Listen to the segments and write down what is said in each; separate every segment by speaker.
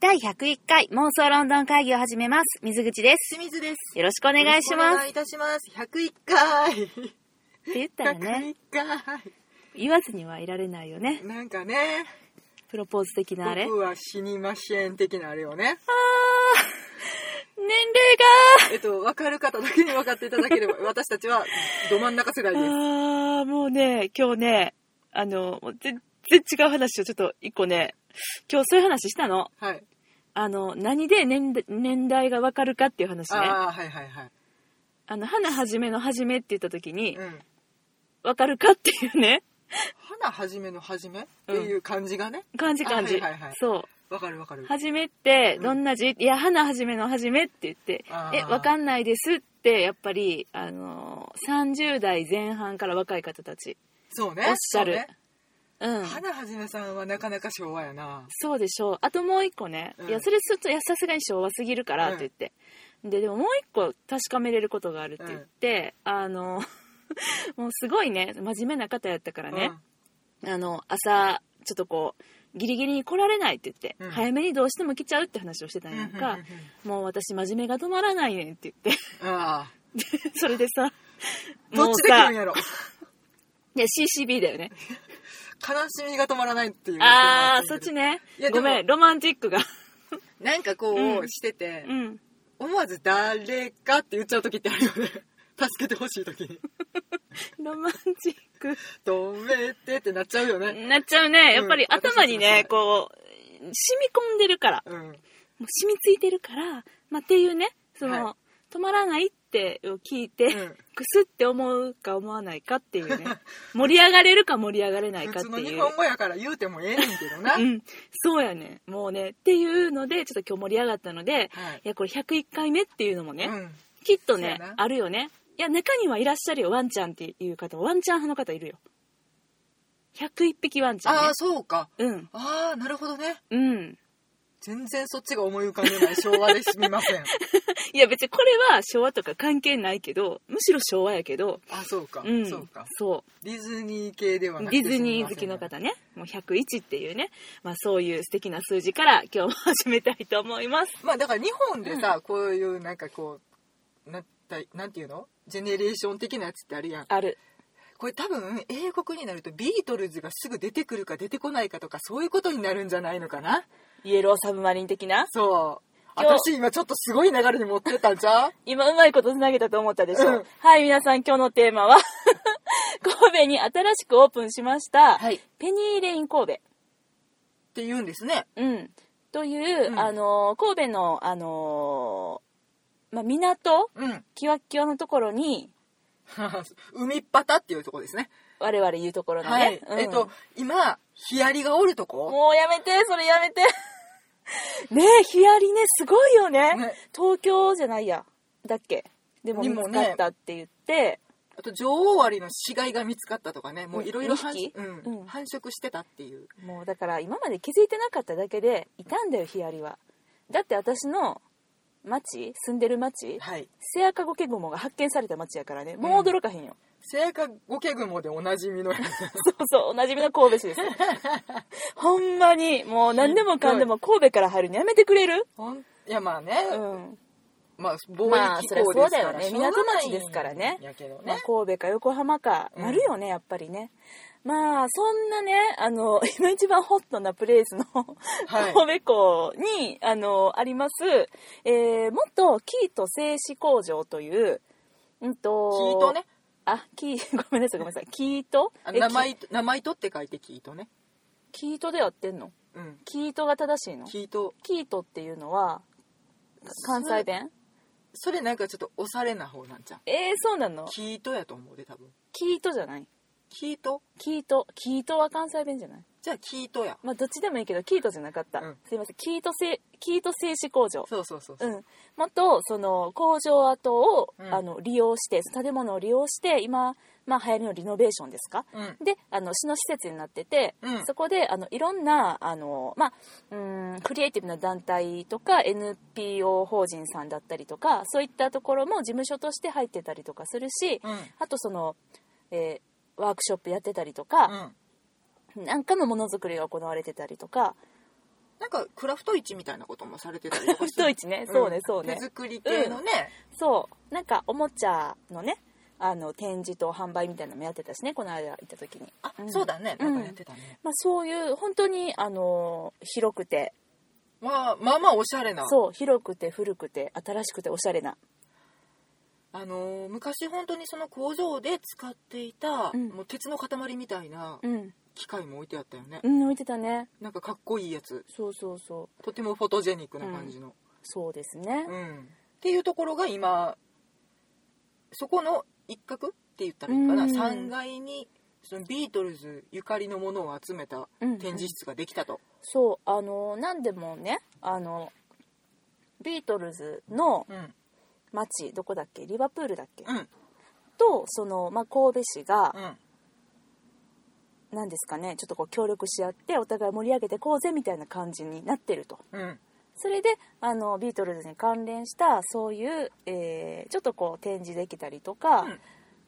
Speaker 1: 第101回妄想ロンドン会議を始めます。水口です。
Speaker 2: 清水です。
Speaker 1: よろしくお願いしま
Speaker 2: お願
Speaker 1: す。
Speaker 2: いいたします。101回。
Speaker 1: って言ったらね、
Speaker 2: 101回。
Speaker 1: 言わずにはいられないよね。
Speaker 2: なんかね、
Speaker 1: プロポーズ的なあれ。年
Speaker 2: 僕は死にましぇん的なあれをね。えっと、わかる方だけに分かっていただけ れば、私たちはど真ん中世代です。
Speaker 1: 齢があー、もうね、今日ね、あの、もう全然違う話をちょっと一個ね、今日そういう話したの。
Speaker 2: はい。
Speaker 1: あの、何で年代年代がわかるかっていう話ね。あ
Speaker 2: ああ、はいはいはい。
Speaker 1: の、花はじめのはじめって言った時に
Speaker 2: う、ん。
Speaker 1: わかるかっていうね、
Speaker 2: 花はじめのはじめっていう感じがね、
Speaker 1: 感じ感じ。
Speaker 2: あはいはいはい
Speaker 1: そう。
Speaker 2: わかるわかる。
Speaker 1: はじめってどんな字、いや花はじめのはじめって言って
Speaker 2: あー
Speaker 1: えわかんないですってやっぱりあのー30代前半から若い方たち
Speaker 2: そうね。
Speaker 1: おっしゃるうん
Speaker 2: そうね花はじめさんはなかなか昭和やな。
Speaker 1: そうでしょうあともう一個ね、
Speaker 2: うん
Speaker 1: いやそれするといやさすがに昭和すぎるからって言って、ででももう一個確かめれることがあるって言って、あの もうすごいね真面目な方やったからね、あの朝ちょっとこうギリギリに来られないって言って、
Speaker 2: うん
Speaker 1: 早めにどうしても来ちゃうって話をしてたんやんか、
Speaker 2: うんうんうんうん
Speaker 1: もう私真面目が止まらないねんって言っ
Speaker 2: うん。ああ。
Speaker 1: てそれでさ
Speaker 2: どっちで来るんやろ。
Speaker 1: で CCB だよね
Speaker 2: 悲しみが止まらないっていう。
Speaker 1: ああそっちね
Speaker 2: いやで
Speaker 1: ご
Speaker 2: も
Speaker 1: めんロマンティックが
Speaker 2: なんかこ
Speaker 1: う
Speaker 2: うんしてて、
Speaker 1: うん
Speaker 2: 思わず「誰か」って言っちゃう時ってあるよね 助けてほしい時 に
Speaker 1: ロマンチッ ク
Speaker 2: 「止めて」ってなっちゃうよね
Speaker 1: なっちゃうねやっぱり
Speaker 2: うん
Speaker 1: 頭にね、
Speaker 2: 私も
Speaker 1: こう染み込んでるから
Speaker 2: うん
Speaker 1: もう染みついてるから、まあ、っていうねその、
Speaker 2: は
Speaker 1: 止まらないってを聞いて、
Speaker 2: うん
Speaker 1: くすって思うか思わないかっていう ね盛り上がれるか盛り上がれないかって
Speaker 2: 普通の
Speaker 1: い
Speaker 2: 日
Speaker 1: う
Speaker 2: 本語やから言うてもええねんけどな、
Speaker 1: うん、そうやねもうねっていうのでちょっと今日盛り上がったので、
Speaker 2: はい
Speaker 1: い、やこれ101回目っていうのもね、
Speaker 2: うん
Speaker 1: きっとね
Speaker 2: そうやな
Speaker 1: あるよねいや中にはいらっしゃるよワンちゃんっていう方もワンちゃん派の方いるよ101匹ワンちゃん、ね
Speaker 2: ああ、そうか
Speaker 1: うん
Speaker 2: ああなるほどね
Speaker 1: うん
Speaker 2: 全然そっちが思い浮かんでない昭和ですみ ません
Speaker 1: いや別にこれは昭和とか関係ないけどむしろ昭和やけど
Speaker 2: あそうか、
Speaker 1: うん
Speaker 2: そうか
Speaker 1: そう
Speaker 2: ディズニー系ではなく
Speaker 1: デ
Speaker 2: て
Speaker 1: ィズニー好きの方ねもう101っていうね、まあ、そういう素敵な数字から今日も始めたいと思います
Speaker 2: まあだから日本でさ、こういうなんかこうなんたなんていうのジェネレーション的なやつってあるやん
Speaker 1: ある
Speaker 2: これ多分英国になるとビートルズがすぐ出てくるか出てこないかとかそういうことになるんじゃないのかな
Speaker 1: イエローサブマリン的な
Speaker 2: そう
Speaker 1: 今日
Speaker 2: 私今ちょっとすごい流れに持ってったんじゃう
Speaker 1: 今うまいことつなげたと思ったでしょ、
Speaker 2: うん
Speaker 1: はい皆さん今日のテーマは 神戸に新しくオープンしました、
Speaker 2: はいっ
Speaker 1: ペニーレイン神戸、
Speaker 2: て言うんですね
Speaker 1: うん、という、
Speaker 2: うん
Speaker 1: あのー神戸の、あのーまあ、港
Speaker 2: うん
Speaker 1: キワッキワのところに
Speaker 2: 海っ端っていうとこですね
Speaker 1: 我々言うところの
Speaker 2: はい
Speaker 1: ね、、うん
Speaker 2: えっと今ヒアリがおるとこ
Speaker 1: もうやめてそれやめて ねえヒアリねすごいよね
Speaker 2: ね
Speaker 1: 東京じゃないやだっけでも
Speaker 2: に
Speaker 1: 見
Speaker 2: も
Speaker 1: つ
Speaker 2: ね
Speaker 1: かったって言って、
Speaker 2: あと女王アリの死骸が見つかったとかねもういろいろ繁,、
Speaker 1: 二匹
Speaker 2: うん
Speaker 1: うん
Speaker 2: 繁殖してたっていう
Speaker 1: もうだから今まで気づいてなかっただけでいたんだよヒアリはだって私の町住んでる町
Speaker 2: はい
Speaker 1: セアカゴケグモが発見された町やからねもう驚かへんよ、
Speaker 2: セアカゴケグモでおなじみのやつ
Speaker 1: そうそうおなじみの神戸 市ですほんまにもう何でもかんでも神戸から入るのやめてくれる
Speaker 2: ほんいやまあね、
Speaker 1: うん、
Speaker 2: まあ貿
Speaker 1: まあ
Speaker 2: 易機
Speaker 1: そりゃ
Speaker 2: 構
Speaker 1: そ
Speaker 2: で
Speaker 1: うだ
Speaker 2: すか
Speaker 1: よ
Speaker 2: ら
Speaker 1: ね
Speaker 2: しょうがない
Speaker 1: 港町ですからね
Speaker 2: やけどね、
Speaker 1: まあ、神戸か横浜か
Speaker 2: うん
Speaker 1: なるよね、やっぱりねまあそんなねあの 今一番ホットなプレイスの
Speaker 2: はい
Speaker 1: 神戸港に、あのあります、えー、元生糸製糸工場といううんと
Speaker 2: キートね
Speaker 1: あキー ごめんなさいごめんなさい生糸
Speaker 2: あ
Speaker 1: え
Speaker 2: 名前と名前取って書いてキートね
Speaker 1: き生糸でやってんの
Speaker 2: うん
Speaker 1: 生糸が正しいの
Speaker 2: キート
Speaker 1: 生糸っていうのは関西弁
Speaker 2: それなんかちょっとおしゃれな方なんじゃん
Speaker 1: えー、そうなの
Speaker 2: キートやと思うで多分
Speaker 1: 生糸じゃない
Speaker 2: キート
Speaker 1: 生糸生糸は関西弁じゃない
Speaker 2: じゃあキートや
Speaker 1: まあ、どっちでもいいけどキートじゃなかった、
Speaker 2: うん
Speaker 1: すいませんキート製キート製紙工場
Speaker 2: そうそうそう
Speaker 1: う
Speaker 2: そう、
Speaker 1: ん元その工場跡を、
Speaker 2: うん
Speaker 1: あの利用して建物を利用して今、まあ、流行りのリノベーションですか、
Speaker 2: うん
Speaker 1: であの市の施設になってて、
Speaker 2: うん
Speaker 1: そこであのいろんなあの、まあ、うーんクリエイティブな団体とか NPO 法人さんだったりとかそういったところも事務所として入ってたりとかするし、
Speaker 2: うん
Speaker 1: あとその、えーワークショップやってたりとか、
Speaker 2: うん
Speaker 1: なんかのものづくりが行われてたりとか
Speaker 2: なんかクラフト市みたいなこともされてたりとかして
Speaker 1: 太いちねそうねそうね
Speaker 2: 手作り系のね、
Speaker 1: そうなんかおもちゃのねあの展示と販売みたいなのもやってたしねこの間行った時に
Speaker 2: あ、
Speaker 1: ん
Speaker 2: そうだねなんかやってたね、
Speaker 1: まあ、そういう本当にあの広くて
Speaker 2: まあまあまあおしゃれな
Speaker 1: そう広くて古くて新しくておしゃれな
Speaker 2: あのー昔本当にその工場で使っていた、
Speaker 1: うん
Speaker 2: もう鉄の塊みたいな
Speaker 1: うん、
Speaker 2: 機械も置いてあったよね、
Speaker 1: うん、置いてたね
Speaker 2: なんかかっこいいやつ
Speaker 1: そうそうそう
Speaker 2: とてもフォトジェニックな感じの、
Speaker 1: そうですね
Speaker 2: うんっていうところが今そこの一角って言ったらいいかな、
Speaker 1: うん
Speaker 2: 3階にそのビートルズゆかりのものを集めた
Speaker 1: うん
Speaker 2: 展示室ができたと、
Speaker 1: そうあの何でもねあのビートルズの
Speaker 2: うんうん
Speaker 1: 町どこだっけリバプールだっけ、
Speaker 2: うん
Speaker 1: とその、まあ、神戸市が何ですかねちょっとこう協力し合ってお互い盛り上げてこうぜみたいな感じになってると
Speaker 2: うん
Speaker 1: それであのビートルズに関連したそういう、えーちょっとこう展示できたりとか、
Speaker 2: うん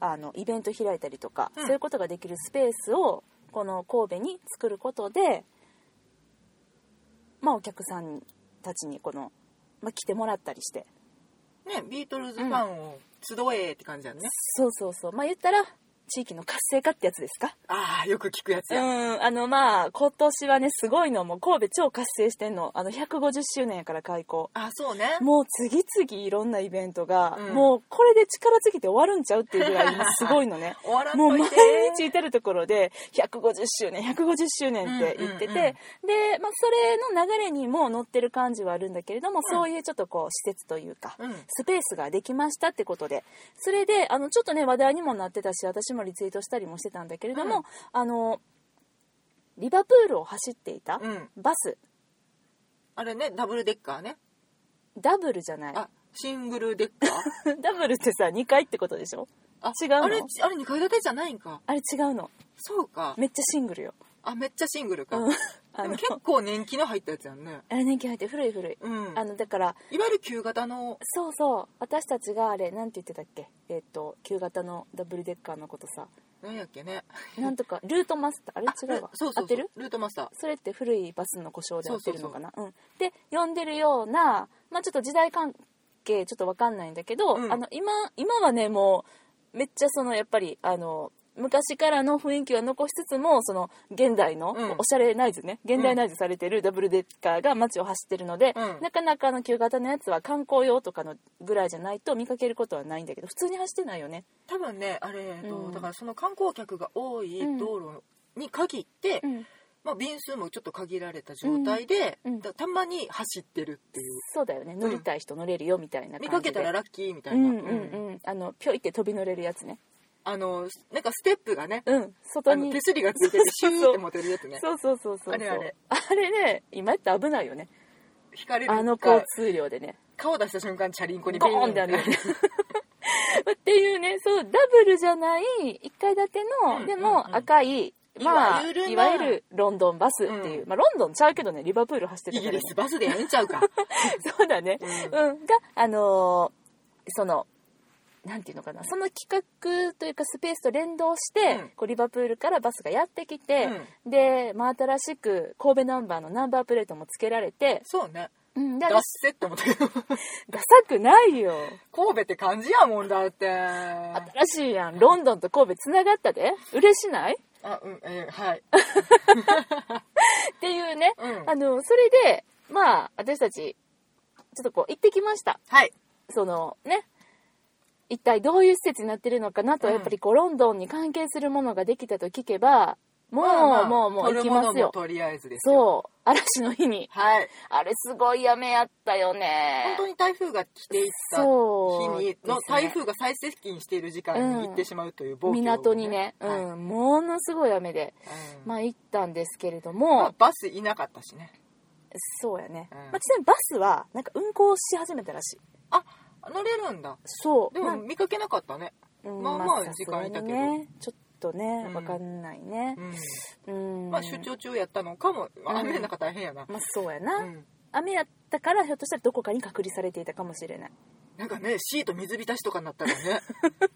Speaker 1: あのイベント開いたりとか、
Speaker 2: うん
Speaker 1: そういうことができるスペースをこの神戸に作ることで、まあ、お客さんたちにこの、まあ、来てもらったりして
Speaker 2: ねビートルズファンを集えって感じやね、
Speaker 1: そうそうそうまあ言ったら地域の活性化ってやつですか
Speaker 2: ああよく聞くやつ
Speaker 1: う
Speaker 2: や、
Speaker 1: んあのまあ今年はねすごいのもう神戸超活性してんのあの150周年やから開校
Speaker 2: あそうね
Speaker 1: もう次々いろんなイベントが、
Speaker 2: うん
Speaker 1: もうこれで力尽きて終わるんちゃうっていうぐらい今すごいのね
Speaker 2: 終わらん
Speaker 1: もう
Speaker 2: といて
Speaker 1: 毎日至る所で150周年150周年って言ってて、
Speaker 2: うんうんうん
Speaker 1: で、まあ、それの流れにも乗ってる感じはあるんだけれども、そういうちょっとこう施設というか、
Speaker 2: うん
Speaker 1: スペースができましたってことでそれであのちょっとね話題にもなってたし私もリツイートしたりもしてたんだけれども、
Speaker 2: うん
Speaker 1: あのリバプールを走っていた
Speaker 2: うん
Speaker 1: バス、
Speaker 2: あれねダブルデッカーね
Speaker 1: ダブルじゃない
Speaker 2: あシングルデッカ ー
Speaker 1: ダブルってさ2階ってことでしょ
Speaker 2: あ
Speaker 1: 違うの
Speaker 2: あれあれ2階建てじゃないんか
Speaker 1: あれ違うの
Speaker 2: そうか
Speaker 1: めっちゃシングルよ、
Speaker 2: あめっちゃシングルか、
Speaker 1: うん、
Speaker 2: で
Speaker 1: あ
Speaker 2: も
Speaker 1: の
Speaker 2: 結構年季の入ったやつやんね
Speaker 1: あれ年季入って古い古い、
Speaker 2: うん
Speaker 1: あのだから
Speaker 2: いわゆる旧型の
Speaker 1: そうそう私たちがあれなんて言ってたっけえっ、と旧型のダブルデッカーのことさ
Speaker 2: 何やっけね
Speaker 1: なんとかルートマスターあれ
Speaker 2: あ
Speaker 1: 違うわ
Speaker 2: そうそうそう
Speaker 1: 合ってる
Speaker 2: ルートマスター
Speaker 1: それって古いバスの故障で合ってるのかなうん、で呼んでるような、まあ、ちょっと時代関係ちょっと分かんないんだけど、
Speaker 2: うん
Speaker 1: あの今今はねもうめっちゃそのやっぱりあの昔からの雰囲気は残しつつもその現代の
Speaker 2: うん
Speaker 1: おしゃれナイズね、現代ナイズされてるダブルデッカーが街を走ってるので、
Speaker 2: うん
Speaker 1: なかなかあの旧型のやつは観光用とかのぐらいじゃないと見かけることはないんだけど普通に走ってないよね。
Speaker 2: 多分ねあれ、えっと
Speaker 1: うん
Speaker 2: だからその観光客が多い
Speaker 1: うん
Speaker 2: 道路に限って、
Speaker 1: うん、
Speaker 2: まあ、便数もちょっと限られた状態で、
Speaker 1: うんうん
Speaker 2: だたまに走ってるっていう
Speaker 1: そうだよね乗りたい人乗れるよみたいな感じで
Speaker 2: 見かけたらラッキーみた
Speaker 1: う
Speaker 2: いな、
Speaker 1: んうんうん、あのピョイって飛び乗れるやつね
Speaker 2: あのなんかステップがね
Speaker 1: うん
Speaker 2: あ
Speaker 1: 外
Speaker 2: の
Speaker 1: に
Speaker 2: 手すり がついててシューって持てるやつね
Speaker 1: そうそうそうそうそう
Speaker 2: あれあれ
Speaker 1: あれね今やったら危ないよね
Speaker 2: 引かれる
Speaker 1: あの
Speaker 2: か
Speaker 1: 交通量でね
Speaker 2: 顔出した瞬間チャリンコに
Speaker 1: ゴーンってあるよねっていうねそうダブルじゃない1階建ての、
Speaker 2: うん
Speaker 1: で
Speaker 2: うんう
Speaker 1: も
Speaker 2: ん
Speaker 1: 赤いまあ
Speaker 2: いわゆるない
Speaker 1: わゆるロンドンバスっていう、
Speaker 2: うん
Speaker 1: まあロンドンちゃうけどねリバプール走って
Speaker 2: イ
Speaker 1: たか
Speaker 2: ギ
Speaker 1: らね
Speaker 2: リスバスでええんちゃうか
Speaker 1: そうだね、
Speaker 2: う
Speaker 1: うんがあのーそのなんていうのかなその企画というかスペースと連動して、
Speaker 2: うん
Speaker 1: こうリバプールからバスがやってきて、で、まあ、新しく神戸ナンバーのナンバープレートもつけられて、
Speaker 2: そうね
Speaker 1: うん、だ
Speaker 2: 出
Speaker 1: から
Speaker 2: せって思った けど
Speaker 1: ダサくないよ
Speaker 2: 神戸って感じやもんだって
Speaker 1: 新しいやんロンドンと神戸つながったで嬉しない
Speaker 2: あうんえーはい
Speaker 1: っていうね、
Speaker 2: う ん
Speaker 1: あのそれでまあ私たちちょっとこう行ってきました
Speaker 2: はい
Speaker 1: そのね一体どういう施設になってるのかなと、
Speaker 2: うん
Speaker 1: やっぱりこうロンドンに関係するものができたと聞けばもう、
Speaker 2: まあまあ
Speaker 1: もうもう行
Speaker 2: 取る
Speaker 1: き
Speaker 2: もの
Speaker 1: ます
Speaker 2: も
Speaker 1: よ
Speaker 2: とりあえずですよ
Speaker 1: そう嵐の日に
Speaker 2: はい
Speaker 1: あれすごい雨やったよね
Speaker 2: 本当に台風が来ていった
Speaker 1: そう
Speaker 2: 日にの
Speaker 1: ですね
Speaker 2: 台風が最接近している時間に行ってしまうという暴挙を
Speaker 1: 港にね、
Speaker 2: はい
Speaker 1: うんものすごい雨で、
Speaker 2: うん
Speaker 1: ま
Speaker 2: ま
Speaker 1: あ、行ったんですけれども、
Speaker 2: あバスいなかったしね
Speaker 1: そうやね、
Speaker 2: うん
Speaker 1: まあ、ちなみにバスはなんか運行し始めたらしい
Speaker 2: あ乗れるんだ
Speaker 1: そう
Speaker 2: でも見かけなかったね
Speaker 1: うん
Speaker 2: まあまあ
Speaker 1: さす
Speaker 2: 時
Speaker 1: が
Speaker 2: 間い
Speaker 1: に
Speaker 2: たけど
Speaker 1: ねちょっとね
Speaker 2: うん
Speaker 1: 分かんないね
Speaker 2: うん
Speaker 1: うん、
Speaker 2: まあ出張中やったのかも雨の中大変やな
Speaker 1: まあそうやな、
Speaker 2: うん
Speaker 1: 雨やったからひょっとしたらどこかに隔離されていたかもしれない
Speaker 2: なんかねシート水浸しとかになったらね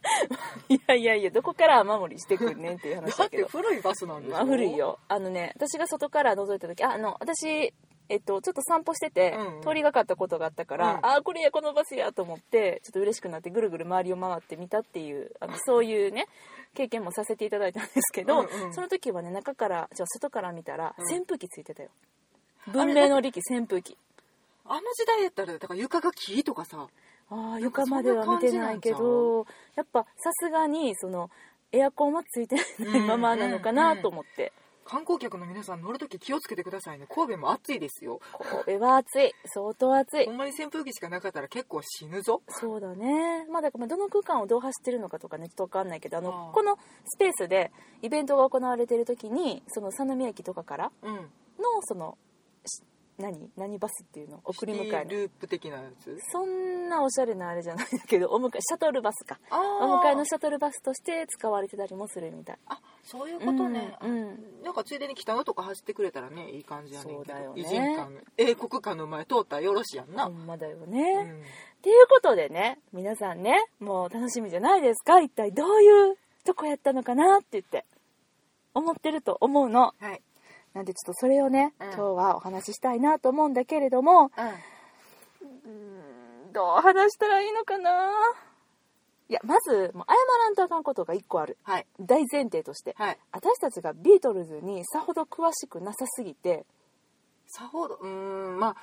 Speaker 1: いやいやいやどこから雨漏りしてくんねんっていう話
Speaker 2: だ
Speaker 1: だ
Speaker 2: っ
Speaker 1: け
Speaker 2: て
Speaker 1: ど
Speaker 2: 古いバスなんでしょ
Speaker 1: まあ古いよあのね私が外から覗いた時ああの私えっと、ちょっと散歩してて、
Speaker 2: うんうん
Speaker 1: 通りがかったことがあったから、
Speaker 2: うん
Speaker 1: ああこれやこのバスやと思ってちょっと嬉しくなってぐるぐる周りを回ってみたっていうあのそういうね経験もさせていただいたんですけど、
Speaker 2: うんうん
Speaker 1: その時はね中からじゃあ外から見たら、
Speaker 2: うん
Speaker 1: 扇風機ついてたよ文明の利器扇風機
Speaker 2: あの時代だったらだから床が木とかさ
Speaker 1: ああ
Speaker 2: なんか
Speaker 1: 床までは見てないけ
Speaker 2: そんな感
Speaker 1: どやっぱさすがにそのエアコンはついてないままなのかなと思って、
Speaker 2: 観光客の皆さん乗る時気をつけてくださいね神戸も暑いですよ
Speaker 1: 神戸は暑い相当暑い
Speaker 2: ほんまに扇風機しかなかったら結構死ぬぞ
Speaker 1: そうだね、まあ、だからまあどの区間をどう走ってるのかとかねちょっと分かんないけどあの
Speaker 2: ああ
Speaker 1: このスペースでイベントが行われてる時にその佐宮駅とかから
Speaker 2: うん
Speaker 1: のそのし何何バスっていうの送り迎え
Speaker 2: シティ
Speaker 1: の
Speaker 2: ループ的なやつ
Speaker 1: そんなおしゃれなあれじゃないんだけどお迎えシャトルバスか
Speaker 2: あ
Speaker 1: お
Speaker 2: ー
Speaker 1: 迎えのシャトルバスとして使われてたりもするみたい
Speaker 2: あそういうことね、
Speaker 1: うんうん
Speaker 2: なんかついでに北野とか走ってくれたらねいい感じやねんけど
Speaker 1: そうだよね
Speaker 2: 偉人館英国館の前通ったらよろしいやんな、
Speaker 1: ほんまだよね、
Speaker 2: う
Speaker 1: っ
Speaker 2: ん
Speaker 1: ていうことでね皆さんねもう楽しみじゃないですか一体どういうとこやったのかなって言って思ってると思うの
Speaker 2: はい、
Speaker 1: なんでちょっとそれをね、
Speaker 2: うん
Speaker 1: 今日はお話ししたいなと思うんだけれどもどう話したらいいのかないやまずもう謝らんとあかんことが1個ある
Speaker 2: はい
Speaker 1: 大前提として、
Speaker 2: はい
Speaker 1: 私たちがビートルズにさほど詳しくなさすぎて
Speaker 2: さほどうーんまあ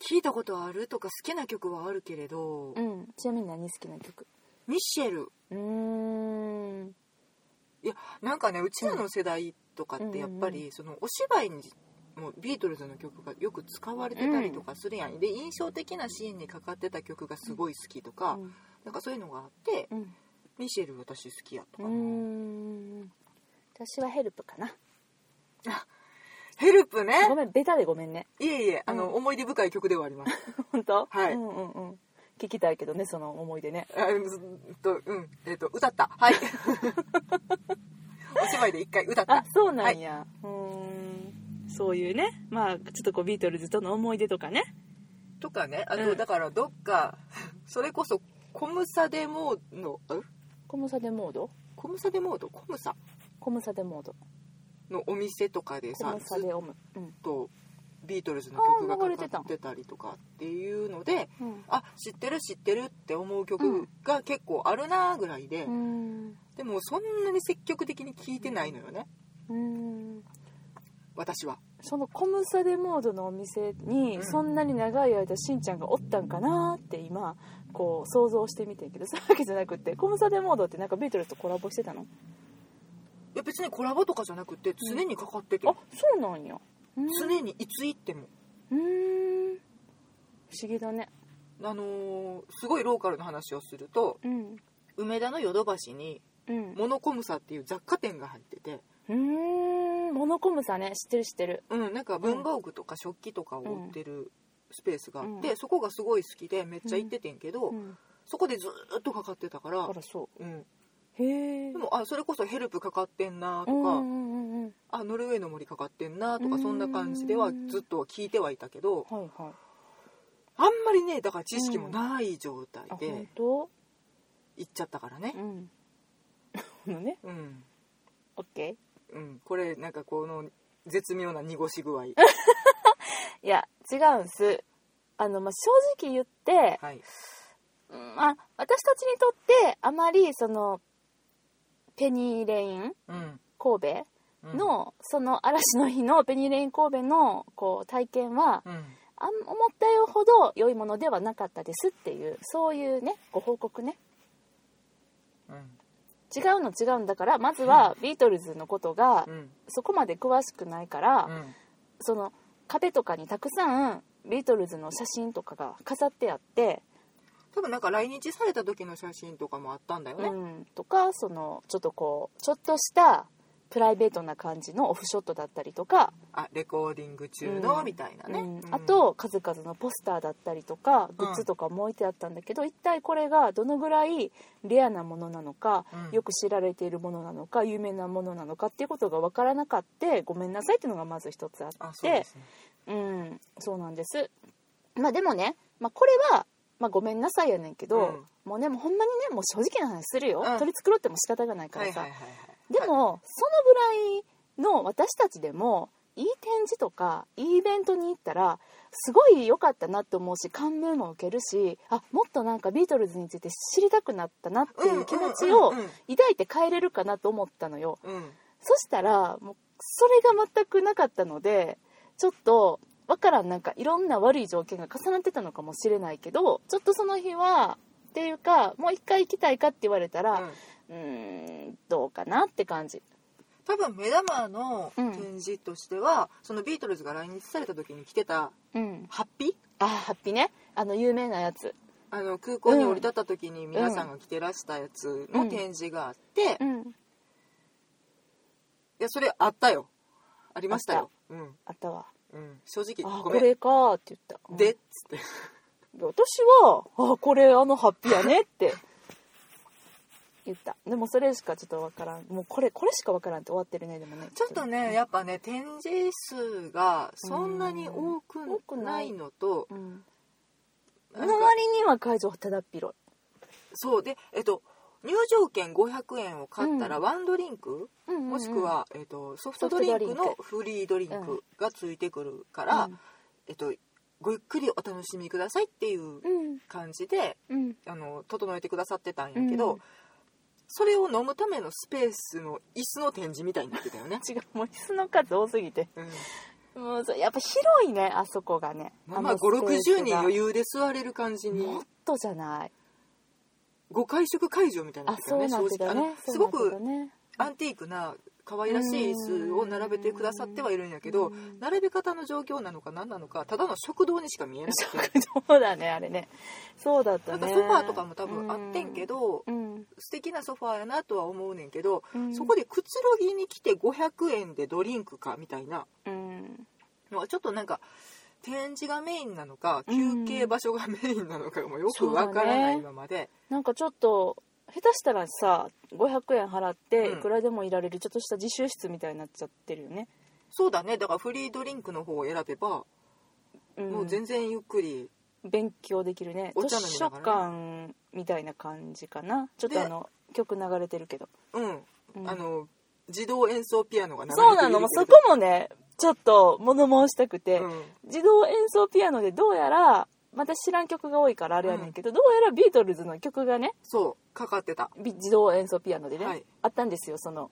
Speaker 2: 聞いたことはあるとか好きな曲はあるけれど、
Speaker 1: うんちなみに何好きな曲
Speaker 2: ミシェル
Speaker 1: うーん
Speaker 2: いやなんかねうちらの世代とかってやっぱり、
Speaker 1: うん
Speaker 2: そのお芝居にもビートルズの曲がよく使われてたりとかするやん、で印象的なシーンにかかってた曲がすごい好きとか、
Speaker 1: うん
Speaker 2: なんかそういうのがあって、
Speaker 1: うん
Speaker 2: ミシェル私好きやと
Speaker 1: う
Speaker 2: かな、
Speaker 1: ーん私はヘルプかな
Speaker 2: ヘルプね
Speaker 1: ごめんベタでごめんね
Speaker 2: いえいえあの、
Speaker 1: うん
Speaker 2: 思い出深い曲ではあります
Speaker 1: 本当
Speaker 2: はい
Speaker 1: うんうんうん聞きたいけどねその思い出ね
Speaker 2: あずっとうんえっ、と歌った はいお芝居で一回歌った
Speaker 1: あそうなんや、うーんそういうねまあちょっとこうビートルズとの思い出とかね
Speaker 2: とかねあの、
Speaker 1: うん
Speaker 2: だからどっか それこそコムサデモードのん
Speaker 1: コムサデモード
Speaker 2: コムサデモードコムサ
Speaker 1: コムサデモード
Speaker 2: のお店とかで
Speaker 1: コ
Speaker 2: さ
Speaker 1: ム
Speaker 2: ず
Speaker 1: サ
Speaker 2: っ
Speaker 1: デオムうん、
Speaker 2: とビートルズの曲が
Speaker 1: あー流れ
Speaker 2: か
Speaker 1: て
Speaker 2: か
Speaker 1: た
Speaker 2: ってたりとかっていうので
Speaker 1: うん
Speaker 2: あ知ってる知ってるって思う
Speaker 1: う
Speaker 2: 曲
Speaker 1: ん
Speaker 2: が結構あるなーぐらいで、
Speaker 1: うーん
Speaker 2: でもそんなに積極的に聴いてないのよね
Speaker 1: うーん
Speaker 2: 私は
Speaker 1: そのコムサデモードのお店
Speaker 2: う
Speaker 1: に
Speaker 2: ん
Speaker 1: そんなに長い間しんちゃんがおったんかなって今こう想像してみてんけどそういうわけじゃなくってコムサデモードってなんかビートルズとコラボしてたの
Speaker 2: いや別にコラボとかじゃなくて常にかかってて、
Speaker 1: あそうなんやうーん
Speaker 2: 常にいつ行っても、
Speaker 1: うーん不思議だね
Speaker 2: あのーすごいローカルの話をすると
Speaker 1: うん
Speaker 2: 梅田のヨドバシに
Speaker 1: うん
Speaker 2: モノコムサっていう雑貨店が入ってて、
Speaker 1: うーんモノコムさね知ってる知ってる
Speaker 2: うん、なんか文房具とか食器とかを売ってるスペースがあって、
Speaker 1: うん
Speaker 2: そこがすごい好きでめっちゃ行っててんけど、
Speaker 1: うん
Speaker 2: そこでずーっとかかってたから
Speaker 1: あ、らそ
Speaker 2: うん、
Speaker 1: うへえ
Speaker 2: でもあそれこそ「ヘルプかかってんな」とか、
Speaker 1: うんうんうんうん
Speaker 2: あ「ノルウェーの森かかってんな」とか
Speaker 1: うん
Speaker 2: そんな感じではずっとは聞いてはいたけど
Speaker 1: はいはい
Speaker 2: あんまりねだから知識もない状態
Speaker 1: あ本
Speaker 2: で
Speaker 1: 当
Speaker 2: 行っちゃったからね
Speaker 1: う。んこのね
Speaker 2: うん
Speaker 1: オッケ
Speaker 2: うん、これなんかこの絶妙な濁し具合はい
Speaker 1: ーいや違うんすあのまあ正直言って、
Speaker 2: はい
Speaker 1: うんまあ私たちにとってあまりそのペニーレイン
Speaker 2: うん
Speaker 1: 神
Speaker 2: う
Speaker 1: 戸
Speaker 2: ん
Speaker 1: の、その嵐の日のペニーレイン神戸のこう体験は、
Speaker 2: うん
Speaker 1: あん思ったよほど良いものではなかったですっていうそういうねご報告ね
Speaker 2: うん
Speaker 1: 違うの違うんだからまずはビートルズのことが
Speaker 2: うん
Speaker 1: そこまで詳しくないから、
Speaker 2: うん
Speaker 1: その壁とかにたくさんビートルズの写真とかが飾ってあって、
Speaker 2: 多分なんか来日された時の写真とかもあったんだよね、
Speaker 1: うん、とかそのちょっとこうちょっとしたプライベートな感じのオフショットだったりとか、
Speaker 2: あレコーディング中の
Speaker 1: うん
Speaker 2: みたいな
Speaker 1: う
Speaker 2: ね、
Speaker 1: ん
Speaker 2: うん
Speaker 1: あと数々のポスターだったりとかグッズとかも置いてあったんだけど、一体これがどのぐらいレアなものなのか、
Speaker 2: うん
Speaker 1: よく知られているものなのか有名なものなのかっていうことが分からなかったごめんなさいっていうのがまず一つあって
Speaker 2: あそうですね
Speaker 1: うん、そうなんです。まあでもね、まあ、これは、まあ、ごめんなさいやねんけど、
Speaker 2: うん
Speaker 1: もうねもうほんまにねもう正直な話するよ、
Speaker 2: うん
Speaker 1: 取り繕っても仕方がないか
Speaker 2: は
Speaker 1: ら
Speaker 2: い
Speaker 1: さ、
Speaker 2: はいはいはい
Speaker 1: でも、そのぐらいの私たちでもいい展示とかいいイベントに行ったらすごい良かったなって思うし感銘も受けるしあもっとなんかビートルズについて知りたくなったなっていう気持ちを
Speaker 2: うんうんうんうん
Speaker 1: 抱いて帰れるかなと思ったのよ。
Speaker 2: うん
Speaker 1: そしたらもうそれが全くなかったのでちょっとわからんなんかいろんな悪い条件が重なってたのかもしれないけどちょっとその日はっていうかもう一回行きたいかって言われた
Speaker 2: う
Speaker 1: ら
Speaker 2: ん
Speaker 1: うーんどうかなって感じ
Speaker 2: 多分目玉の
Speaker 1: うん
Speaker 2: 展示としては、そのビートルズが来日された時に着てた
Speaker 1: うん
Speaker 2: ハッピー
Speaker 1: ああハッピーねあの有名なやつ
Speaker 2: あの空港に降り立った時に皆さんが着てらしたやつの展示があって、
Speaker 1: う
Speaker 2: い
Speaker 1: ん
Speaker 2: やそれあったよありましたようん
Speaker 1: あったわ
Speaker 2: うん正
Speaker 1: あ
Speaker 2: 直
Speaker 1: ー
Speaker 2: ご
Speaker 1: こ
Speaker 2: めん
Speaker 1: れかーって言ったうん
Speaker 2: でっつって
Speaker 1: 私は「あこれあのハッピーやね」って言ったでもそれしかちょっとわからんもうこれこれしかわからんって終わってるねでもね
Speaker 2: ちょっとねやっぱね展示数がそんなに多く
Speaker 1: うん多くな
Speaker 2: ないいのと、
Speaker 1: うん
Speaker 2: な
Speaker 1: 周
Speaker 2: んか
Speaker 1: りには会場ただっ広
Speaker 2: そうでえっと入場券500円を買ったらワンドリンク、
Speaker 1: い、うんうんうん
Speaker 2: もしくは、えっと、ソフトドリン
Speaker 1: ソ
Speaker 2: ク
Speaker 1: フトドリン
Speaker 2: のフリードリンクがついてくるから、
Speaker 1: うん
Speaker 2: えっと、ごゆっくりお楽しみくださいっていう
Speaker 1: うん
Speaker 2: 感じで
Speaker 1: うん
Speaker 2: あの整えてくださってたんやけど、
Speaker 1: うん。
Speaker 2: それを飲むためのスペースの椅子の展示みたいになってたよね
Speaker 1: 違うもう椅子の数多すぎて
Speaker 2: うん
Speaker 1: もうそうやっぱ広いねあそこがね
Speaker 2: まあまあ
Speaker 1: のスペース
Speaker 2: 560人
Speaker 1: が
Speaker 2: 余裕で座れる感じに
Speaker 1: もっとじゃない
Speaker 2: ご会食会場みたいにな
Speaker 1: あ
Speaker 2: ってた
Speaker 1: そう
Speaker 2: よね
Speaker 1: なんだ
Speaker 2: あの
Speaker 1: ね
Speaker 2: すごく
Speaker 1: そうなんだね
Speaker 2: アンティークな可愛らしい椅子を並べてくださってはいるんやけ
Speaker 1: う
Speaker 2: ど
Speaker 1: ん
Speaker 2: 並べ方の状況なのか何なのかただの食堂にしか見えなくて
Speaker 1: 食堂だねあれねそうだった
Speaker 2: な
Speaker 1: ね
Speaker 2: んかソファーとかも多分あってんけど
Speaker 1: うん、
Speaker 2: 素敵なソファーやなとは思うねんけど
Speaker 1: うん、
Speaker 2: そこでくつろぎに来て500円でドリンクかみたいな
Speaker 1: うん
Speaker 2: のはちょっとなんか展示がメインなのか休憩場所がメインなのかもよくわからな
Speaker 1: そうだね
Speaker 2: いままで
Speaker 1: なんかちょっと下手したらさ500円払ってい
Speaker 2: うん
Speaker 1: くらでもいられるちょっとした自習室みたいになっちゃってるよね、
Speaker 2: そうだねだからフリードリンクの方を選べば
Speaker 1: うん、
Speaker 2: もう全然ゆっくり
Speaker 1: 勉強できるね
Speaker 2: お
Speaker 1: 図
Speaker 2: 茶飲みな
Speaker 1: 書
Speaker 2: がらね
Speaker 1: 館みたいな感じかなちょっと
Speaker 2: で
Speaker 1: あの曲流れてるけど、
Speaker 2: うん
Speaker 1: うん
Speaker 2: あの自動演奏ピアノが流れて
Speaker 1: そうなのもうそこもねちょっと物申したくて、
Speaker 2: も、うん
Speaker 1: 自動演奏ピアノでどうやらまた知らん曲が多いからあれやねんけど、どうやらビートルズの曲がね
Speaker 2: そうかかってた
Speaker 1: び自動演奏ピアノでね、
Speaker 2: はい
Speaker 1: あったんですよその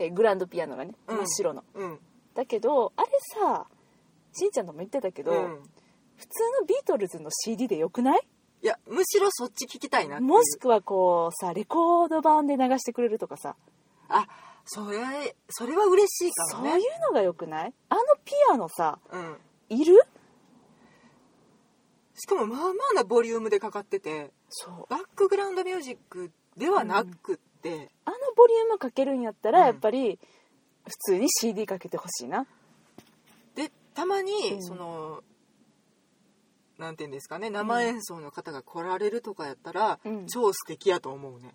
Speaker 1: えーグランドピアノがね
Speaker 2: うん
Speaker 1: 真っ白の、
Speaker 2: うん
Speaker 1: だけどあれさしんちゃんとも言ってたけど、
Speaker 2: うん
Speaker 1: 普通のビートルズの CD でよくない
Speaker 2: いやむしろそっち聞きたいなっていう
Speaker 1: もしくはこうさレコード版で流してくれるとかさ
Speaker 2: あそれそれは嬉しいか
Speaker 1: そ
Speaker 2: も
Speaker 1: う
Speaker 2: ね
Speaker 1: いうのがよくないあのピアノさ
Speaker 2: うん、
Speaker 1: いる
Speaker 2: しかもまあまあなボリュームでかかってて
Speaker 1: そう
Speaker 2: バックグラウンドミュージックではなくって、
Speaker 1: あのボリュームかけるんやったら
Speaker 2: うん
Speaker 1: やっぱり普通に CD かけてほしいな
Speaker 2: でたまに、
Speaker 1: うん
Speaker 2: そのなんていうんですかね生演奏の方が来られるとかやったら、
Speaker 1: うん
Speaker 2: 超素敵やと思うね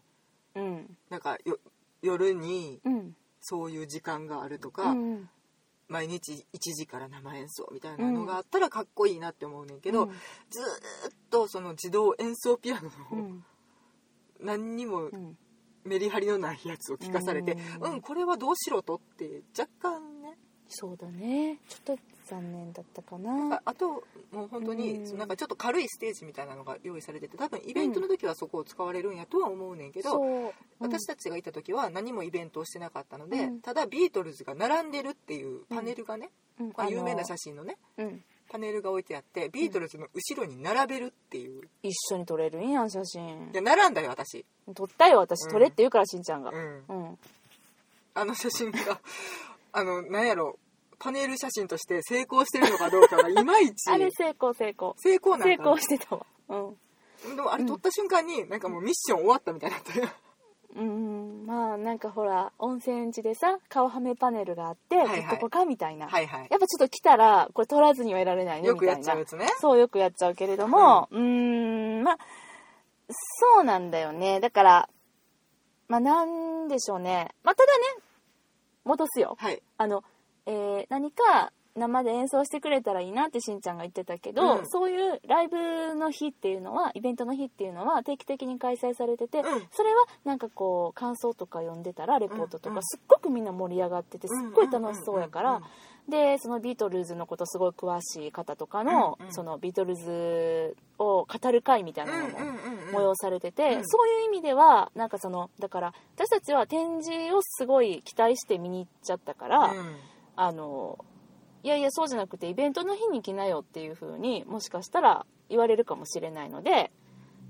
Speaker 1: うん
Speaker 2: なんかよ夜に
Speaker 1: うん
Speaker 2: そういう時間があると
Speaker 1: う
Speaker 2: か、
Speaker 1: ん
Speaker 2: 毎日1時から生演奏みたいなのがあったらかっこいいなって思うねん
Speaker 1: け
Speaker 2: けど、ずーっとその自動演奏ピアノ
Speaker 1: う
Speaker 2: の
Speaker 1: ん
Speaker 2: 何にも
Speaker 1: うん
Speaker 2: メリハリのないやつを聞かされて「
Speaker 1: う
Speaker 2: うんんこれはどうしろと」って若干ね
Speaker 1: そうだねちょっと残念だったか
Speaker 2: あ
Speaker 1: な
Speaker 2: あともう本当
Speaker 1: うん
Speaker 2: にそのなんかちょっと軽いステージみたいなのが用意されてて多分イベントの時はそこを使われるんやとは思うねんけど、
Speaker 1: そう
Speaker 2: 私たちがいた時は何もイベントをしてなかったので、
Speaker 1: うん
Speaker 2: ただビートルズが並んでるっていうパネルがね、
Speaker 1: うん
Speaker 2: まあ、
Speaker 1: あの
Speaker 2: 有名な写真のね
Speaker 1: うん
Speaker 2: パネルが置いてあってビートルズの後ろに並べるっていう、
Speaker 1: 一緒に撮れるんやん写真
Speaker 2: いや並んだよ私、
Speaker 1: 撮ったよ私
Speaker 2: うん
Speaker 1: 撮れって言うからしんちゃんが
Speaker 2: うん、
Speaker 1: うん
Speaker 2: あの写真が あのなんやろパネル写真として成功してるのかどうかがいまい ち
Speaker 1: あれ成功成功
Speaker 2: 成功な
Speaker 1: 成
Speaker 2: んか
Speaker 1: 功してたわうん
Speaker 2: でもあれ撮った瞬間になんかもうミッション終わったみたいになって
Speaker 1: うんまあなんかほら温泉地でさ顔はめパネルがあって、
Speaker 2: はいはい
Speaker 1: ここかみたいな、
Speaker 2: はいはい
Speaker 1: やっぱちょっと来たらこれ取らずにはいられないね
Speaker 2: よ
Speaker 1: み
Speaker 2: く
Speaker 1: た
Speaker 2: や
Speaker 1: い
Speaker 2: っちゃ
Speaker 1: な
Speaker 2: うやつね
Speaker 1: そうよくやっちゃうけれどもうーんまあそうなんだよねだからまあなんでしょうねまあただね戻すよ
Speaker 2: はい
Speaker 1: あの、えー何か生で演奏してくれたらいいなってしんちゃんが言ってたけど、
Speaker 2: うん
Speaker 1: そういうライブの日っていうのはイベントの日っていうのは定期的に開催されてて、
Speaker 2: ん
Speaker 1: それはなんかこう感想とか読んでたらレポートと
Speaker 2: うんう
Speaker 1: か
Speaker 2: ん
Speaker 1: すっごくみんな盛り上がっててすっごい楽しそうやか
Speaker 2: ん
Speaker 1: ら
Speaker 2: んん
Speaker 1: でそのビートルズのことすごい詳しい方とかの
Speaker 2: うんうん
Speaker 1: そのビートルズを語る会みたいなのも催されてて、
Speaker 2: うん
Speaker 1: そういう意味ではなんかそのだから私たちは展示をすごい期待して見に行っちゃったから、あのいやいやそうじゃなくてイベントの日に来なよっていう風にもしかしたら言われるかもしれないので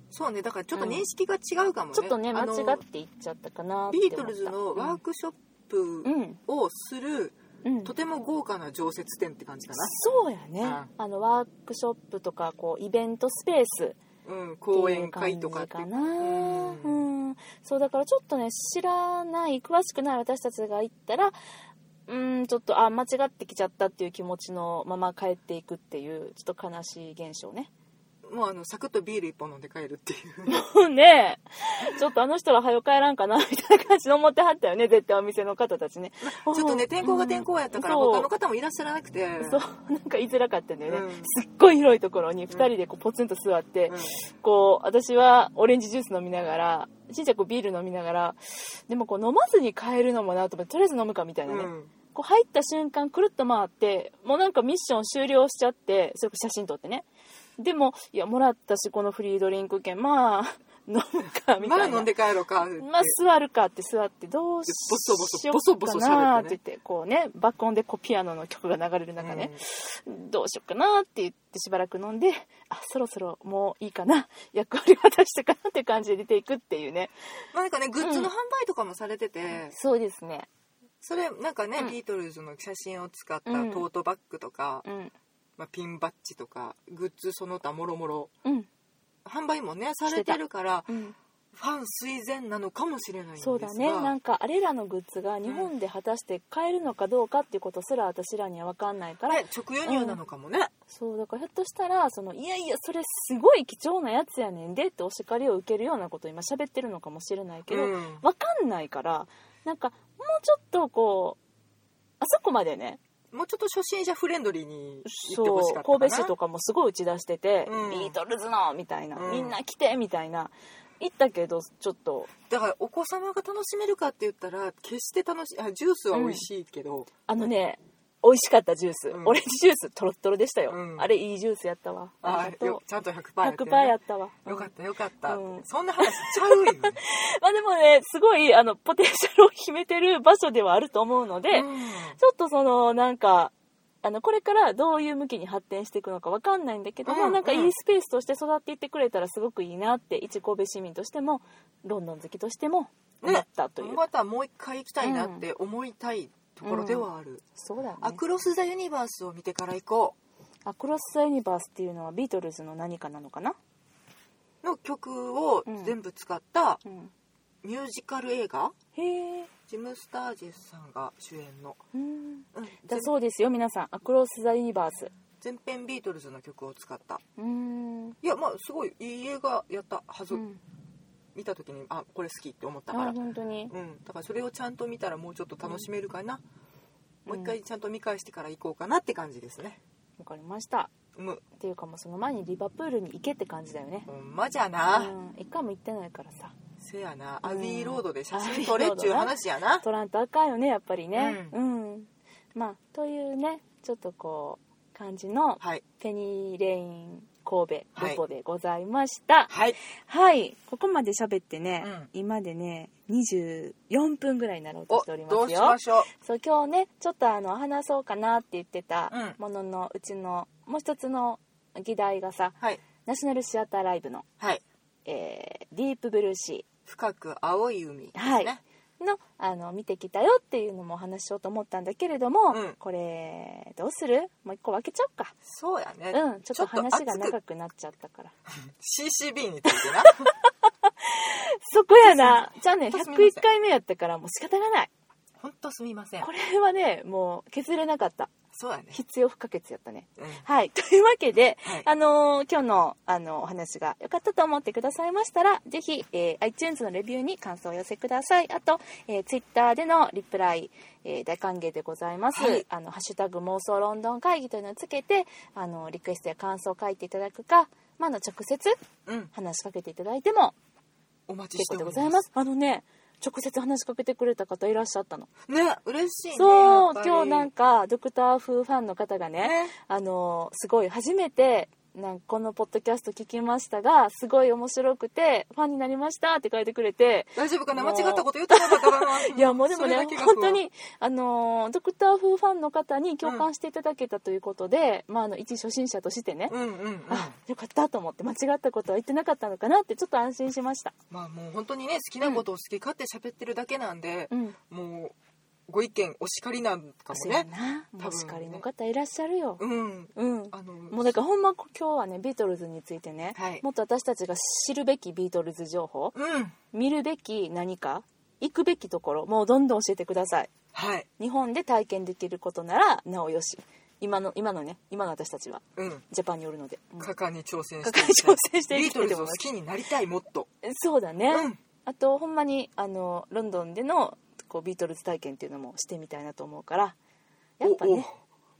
Speaker 2: そうねだからちょっと認識が違うかもね、
Speaker 1: ちょっとね間
Speaker 2: あ
Speaker 1: 違
Speaker 2: の
Speaker 1: っていっちゃったかなって
Speaker 2: ビ
Speaker 1: 思っ
Speaker 2: ー
Speaker 1: た
Speaker 2: トルズのワークショップ
Speaker 1: うん
Speaker 2: をする
Speaker 1: うん、うん
Speaker 2: とても豪華な常設展って感じか
Speaker 1: そうやね、
Speaker 2: うん
Speaker 1: あのワークショップとかこうイベントスペース
Speaker 2: な、うん、
Speaker 1: っ
Speaker 2: 講
Speaker 1: ていう
Speaker 2: 演
Speaker 1: 感
Speaker 2: 会
Speaker 1: じ
Speaker 2: とかって
Speaker 1: かなう
Speaker 2: うん
Speaker 1: ん、そうだからちょっとね知らない詳しくない私たちが行ったらうんちょっとあ間違ってきちゃったっていう気持ちのまま帰っていくっていうちょっと悲しい現象ね
Speaker 2: もうあのサクッとビール一本飲んで帰るっていう
Speaker 1: ねえちょっとあの人ら早よ帰らんかなみたいな感じの思ってはったよ ね絶対お店の方たちねちょ
Speaker 2: ちょっとね天候が天候やったから
Speaker 1: そう
Speaker 2: 他の方もいらっしゃらなくて
Speaker 1: そうなんか言いづらかったんだよね、
Speaker 2: うん
Speaker 1: すっごい広いところに2人でこうポツンと座って、こう私はオレンジジュース飲みながらちんちゃんこうビール飲みながらでもこう飲まずに帰るのもなと思ってとりあえず飲むかみたいな
Speaker 2: うん
Speaker 1: ね、
Speaker 2: うん
Speaker 1: こう入った瞬間くるっと回ってもうなんかミッション終了しちゃってそれこそ写真撮ってねでもいやもらったしこのフリードリンク券まあ 飲むかみ
Speaker 2: ま
Speaker 1: た
Speaker 2: だ
Speaker 1: いな
Speaker 2: 飲んで帰ろうかって
Speaker 1: まあ座るかって座ってどうしようかなーって言ってこうね爆音でこうピアノの曲が流れる中ね、どうしようかなって言ってしばらく飲んであそろそろもういいかな役割果たしたかなって感じで出ていくっていうね
Speaker 2: まあなんかねグッズの販売とかもされてて
Speaker 1: そうですね
Speaker 2: それなんかね
Speaker 1: うん
Speaker 2: ビートルズの写真を使ったト
Speaker 1: うん
Speaker 2: ートバッグとか
Speaker 1: うん
Speaker 2: まあピンバッジとかグッズその他もろもろ
Speaker 1: うん、
Speaker 2: 販売もねされてるから
Speaker 1: うん、
Speaker 2: ファン垂涎なのかもしれないんですが
Speaker 1: そうだねなんかあれらのグッズが日本で果たして買えるのかどうかっていうことすら私らには分かんないから、
Speaker 2: ね直輸入なのかもね、
Speaker 1: そうだからひょっとしたらそのいやいやそれすごい貴重なやつやねんでってお叱りを受けるようなことを今喋ってるのかもしれないけど、
Speaker 2: うん
Speaker 1: わかんないからなんかもうちょっとこうあそこまでね
Speaker 2: もうちょっと初心者フレンドリーに行って
Speaker 1: そ
Speaker 2: ほし
Speaker 1: う
Speaker 2: かったかな
Speaker 1: 神戸市とかもすごい打ち出してて、
Speaker 2: うん
Speaker 1: ビートルズのみたいな、
Speaker 2: うん
Speaker 1: みんな来てみたいな行ったけどちょっと
Speaker 2: だからお子様が楽しめるかって言ったら決して楽しいあジュースは美味しいけど、
Speaker 1: あのね、美味しかったジュース、
Speaker 2: うん
Speaker 1: オレンジジューストロットロでしたよ、
Speaker 2: うん
Speaker 1: あれいいジュースやったわ
Speaker 2: あ
Speaker 1: ありがと
Speaker 2: よ
Speaker 1: う
Speaker 2: ちゃんと100%やって
Speaker 1: 100%
Speaker 2: る
Speaker 1: やったわ、
Speaker 2: よか
Speaker 1: うん
Speaker 2: ったよかった、
Speaker 1: うん
Speaker 2: そんな話しちゃ うよ、ね
Speaker 1: まあでもねすごいあのポテンシャルを秘めてる場所ではあると思うので、
Speaker 2: うん
Speaker 1: ちょっとそのなんかあのこれからどういう向きに発展していくのかわかんないんだけども、
Speaker 2: うん
Speaker 1: なんか
Speaker 2: うん
Speaker 1: いいスペースとして育っていってくれたらすごくいいなって一神戸市民としてもロンドン好きとしても思ったという、
Speaker 2: またもう一回行きたいなって思いたいところではある、
Speaker 1: そうだね
Speaker 2: アクロス・ザ・ユニバースを見てから行こ
Speaker 1: アクロス・ザ・ユニバースっていうのはビートルズの何かなのかな、
Speaker 2: うの曲を全部使った
Speaker 1: うん、
Speaker 2: ミュージカル映画
Speaker 1: へえ
Speaker 2: ジム・スタージェスさんが主演の、
Speaker 1: うん
Speaker 2: うん、
Speaker 1: だそうですよ皆さんアクロス・ザ・ユニバース
Speaker 2: 全編ビートルズの曲を使った
Speaker 1: うーん
Speaker 2: いやまあすごいいい映画やったはず、
Speaker 1: うん
Speaker 2: 見た時にあこれ好きって思った
Speaker 1: あ
Speaker 2: から、
Speaker 1: ー
Speaker 2: うん、
Speaker 1: 本当に
Speaker 2: だからそれをちゃんと見たらもうちょっと楽しめるかな、
Speaker 1: うん
Speaker 2: もう一回ちゃんと見返してから行こうかなって感じですね
Speaker 1: わかりました
Speaker 2: む
Speaker 1: っていうかもうその前にリバプールに行けって感じだよね
Speaker 2: ほんまじゃな、
Speaker 1: うん、一回も行ってないからさ
Speaker 2: せやな
Speaker 1: うん
Speaker 2: アビーロードで写真撮れっちゅう話やな
Speaker 1: 取らんとあかんよねやっぱりね
Speaker 2: う
Speaker 1: うん、まあというねちょっとこう感じの
Speaker 2: はい
Speaker 1: ペニーレイン神戸
Speaker 2: はい
Speaker 1: レポでございました
Speaker 2: はい
Speaker 1: はい、ここまで喋ってね、
Speaker 2: うん
Speaker 1: 今でね24分ぐらいになろうと
Speaker 2: お
Speaker 1: しております
Speaker 2: ど
Speaker 1: よ
Speaker 2: うしましょう
Speaker 1: そう今日ねちょっとあの話そうかなって言ってた
Speaker 2: うん
Speaker 1: もののうちのもう一つの議題がさ
Speaker 2: はい
Speaker 1: ナショナルシアターライブの、
Speaker 2: はい
Speaker 1: えーディープブルーシ
Speaker 2: 深く青い海ですね、
Speaker 1: はいのあの見てきたよっていうのもお話ししようと思ったんだけれども、
Speaker 2: うん
Speaker 1: これどうするもう一個分けちゃおうか
Speaker 2: そうやね、
Speaker 1: うんちょっと話が
Speaker 2: 熱く
Speaker 1: 長くなっちゃったから
Speaker 2: CCB につい てな
Speaker 1: そこやなじゃあね
Speaker 2: すみません
Speaker 1: 101回目やったからもう仕方がない
Speaker 2: 本当すみません
Speaker 1: これはねもう削れなかった
Speaker 2: そうだね、
Speaker 1: 必要不可欠やったね
Speaker 2: うん
Speaker 1: はいというわけで、
Speaker 2: はい
Speaker 1: あのー今日のあのお話が良かったと思ってくださいましたらぜひ、えー iTunes のレビューに感想をお寄せくださいあと、えー Twitter でのリプライ、えー大歓迎でございます、
Speaker 2: はい
Speaker 1: あのハッシュタグ妄想ロンドン会議というのをつけてあのリクエストや感想を書いていただくか、まあ、あの直接
Speaker 2: うん、
Speaker 1: 話しかけていただいても
Speaker 2: お待ちし
Speaker 1: 結構
Speaker 2: て
Speaker 1: で
Speaker 2: お
Speaker 1: ご
Speaker 2: り
Speaker 1: ざいますあのね直接話しかけてくれた方いらっしゃったの
Speaker 2: ね嬉しいね
Speaker 1: そう
Speaker 2: やっぱり
Speaker 1: 今日なんかドクター風ファンの方がね
Speaker 2: ね
Speaker 1: あのすごい初めてなんかこのポッドキャスト聞きましたがすごい面白くてファンになりましたって書いてくれて、
Speaker 2: 大丈夫かな
Speaker 1: も
Speaker 2: 間
Speaker 1: う
Speaker 2: 違ったこと言ってなかったかな
Speaker 1: いやもうでも
Speaker 2: そ
Speaker 1: ね
Speaker 2: れだけが不安
Speaker 1: 本当にあのドクター風ファンの方に共感していただけたということで、まあ、あの一初心者としてね、
Speaker 2: うんうんうん
Speaker 1: あよかったと思って間違ったことは言ってなかったのかなってちょっと安心しました。
Speaker 2: まあもう本当にね好きなことを好き勝手喋ってるだけなんで、
Speaker 1: うん
Speaker 2: もうご意見お叱りなんかも
Speaker 1: そうや
Speaker 2: ね
Speaker 1: な、
Speaker 2: 多分ね
Speaker 1: もしかりの方いらっしゃるよ。
Speaker 2: うん
Speaker 1: うん。
Speaker 2: あの
Speaker 1: もうだからほんま今日はねビートルズについてね、
Speaker 2: はい
Speaker 1: もっと私たちが知るべきビートルズ情報、
Speaker 2: うん
Speaker 1: 見るべき何か行くべきところもうどんどん教えてください
Speaker 2: はい
Speaker 1: 日本で体験できることならなおよし今の今のね今の私たちは
Speaker 2: うん
Speaker 1: ジャパンにおるので、うん
Speaker 2: 果敢に挑戦して
Speaker 1: 果敢に挑戦していき
Speaker 2: ビー
Speaker 1: た
Speaker 2: ト
Speaker 1: い
Speaker 2: ル
Speaker 1: と
Speaker 2: ズ
Speaker 1: 思
Speaker 2: を
Speaker 1: いま
Speaker 2: 好
Speaker 1: す
Speaker 2: きになりたいもっと
Speaker 1: そうだね、
Speaker 2: うん
Speaker 1: あとほんまにあのロンドンでのこうビートルズ体験っていうのもしてみたいなと思うからやっぱね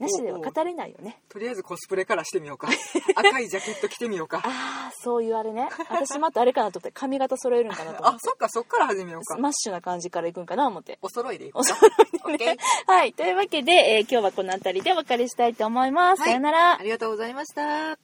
Speaker 2: おお
Speaker 1: なしでは語れないよね
Speaker 2: とりあえずコスプレからしてみよ うか赤いジャケット着てみようか
Speaker 1: ああそういうあれ ね私またあれかなと思って髪型揃えるんかなと思っ
Speaker 2: あそっかそっから始めようか
Speaker 1: てマッシュな感じからいくんかな思って
Speaker 2: お揃いでいこ
Speaker 1: お
Speaker 2: う
Speaker 1: そ
Speaker 2: から
Speaker 1: いで
Speaker 2: オッ
Speaker 1: ね
Speaker 2: ケ。
Speaker 1: はい。というわけで、えー今日はこの辺りでお別れしたいと思います。
Speaker 2: はい
Speaker 1: さよなら
Speaker 2: あ。りがとうございました